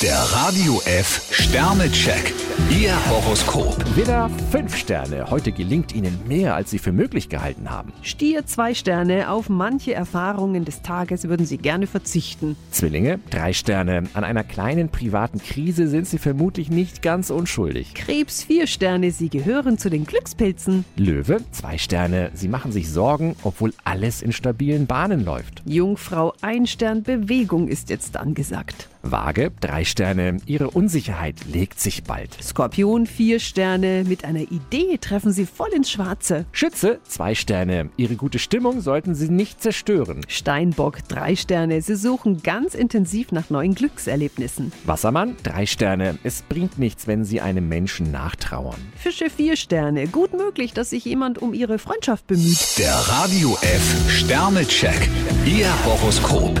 Der Radio F Sternecheck. Ihr Horoskop. Widder, 5 Sterne. Heute gelingt Ihnen mehr, als Sie für möglich gehalten haben. Stier zwei Sterne, auf manche Erfahrungen des Tages würden Sie gerne verzichten. Zwillinge, 3 Sterne. An einer kleinen privaten Krise sind Sie vermutlich nicht ganz unschuldig. Krebs vier Sterne, Sie gehören zu den Glückspilzen. Löwe, 2 Sterne. Sie machen sich Sorgen, obwohl alles in stabilen Bahnen läuft. Jungfrau ein Stern, Bewegung ist jetzt angesagt. Waage, 3 Sterne. Ihre Unsicherheit legt sich bald. Skorpion vier Sterne, mit einer Idee treffen Sie voll ins Schwarze. Schütze, 2 Sterne. Ihre gute Stimmung sollten Sie nicht zerstören. Steinbock drei Sterne, Sie suchen ganz intensiv nach neuen Glückserlebnissen. Wassermann, 3 Sterne. Es bringt nichts, wenn Sie einem Menschen nachtrauern. Fische vier Sterne, gut möglich, dass sich jemand um Ihre Freundschaft bemüht. Der Radio F Sternecheck. Ihr Horoskop.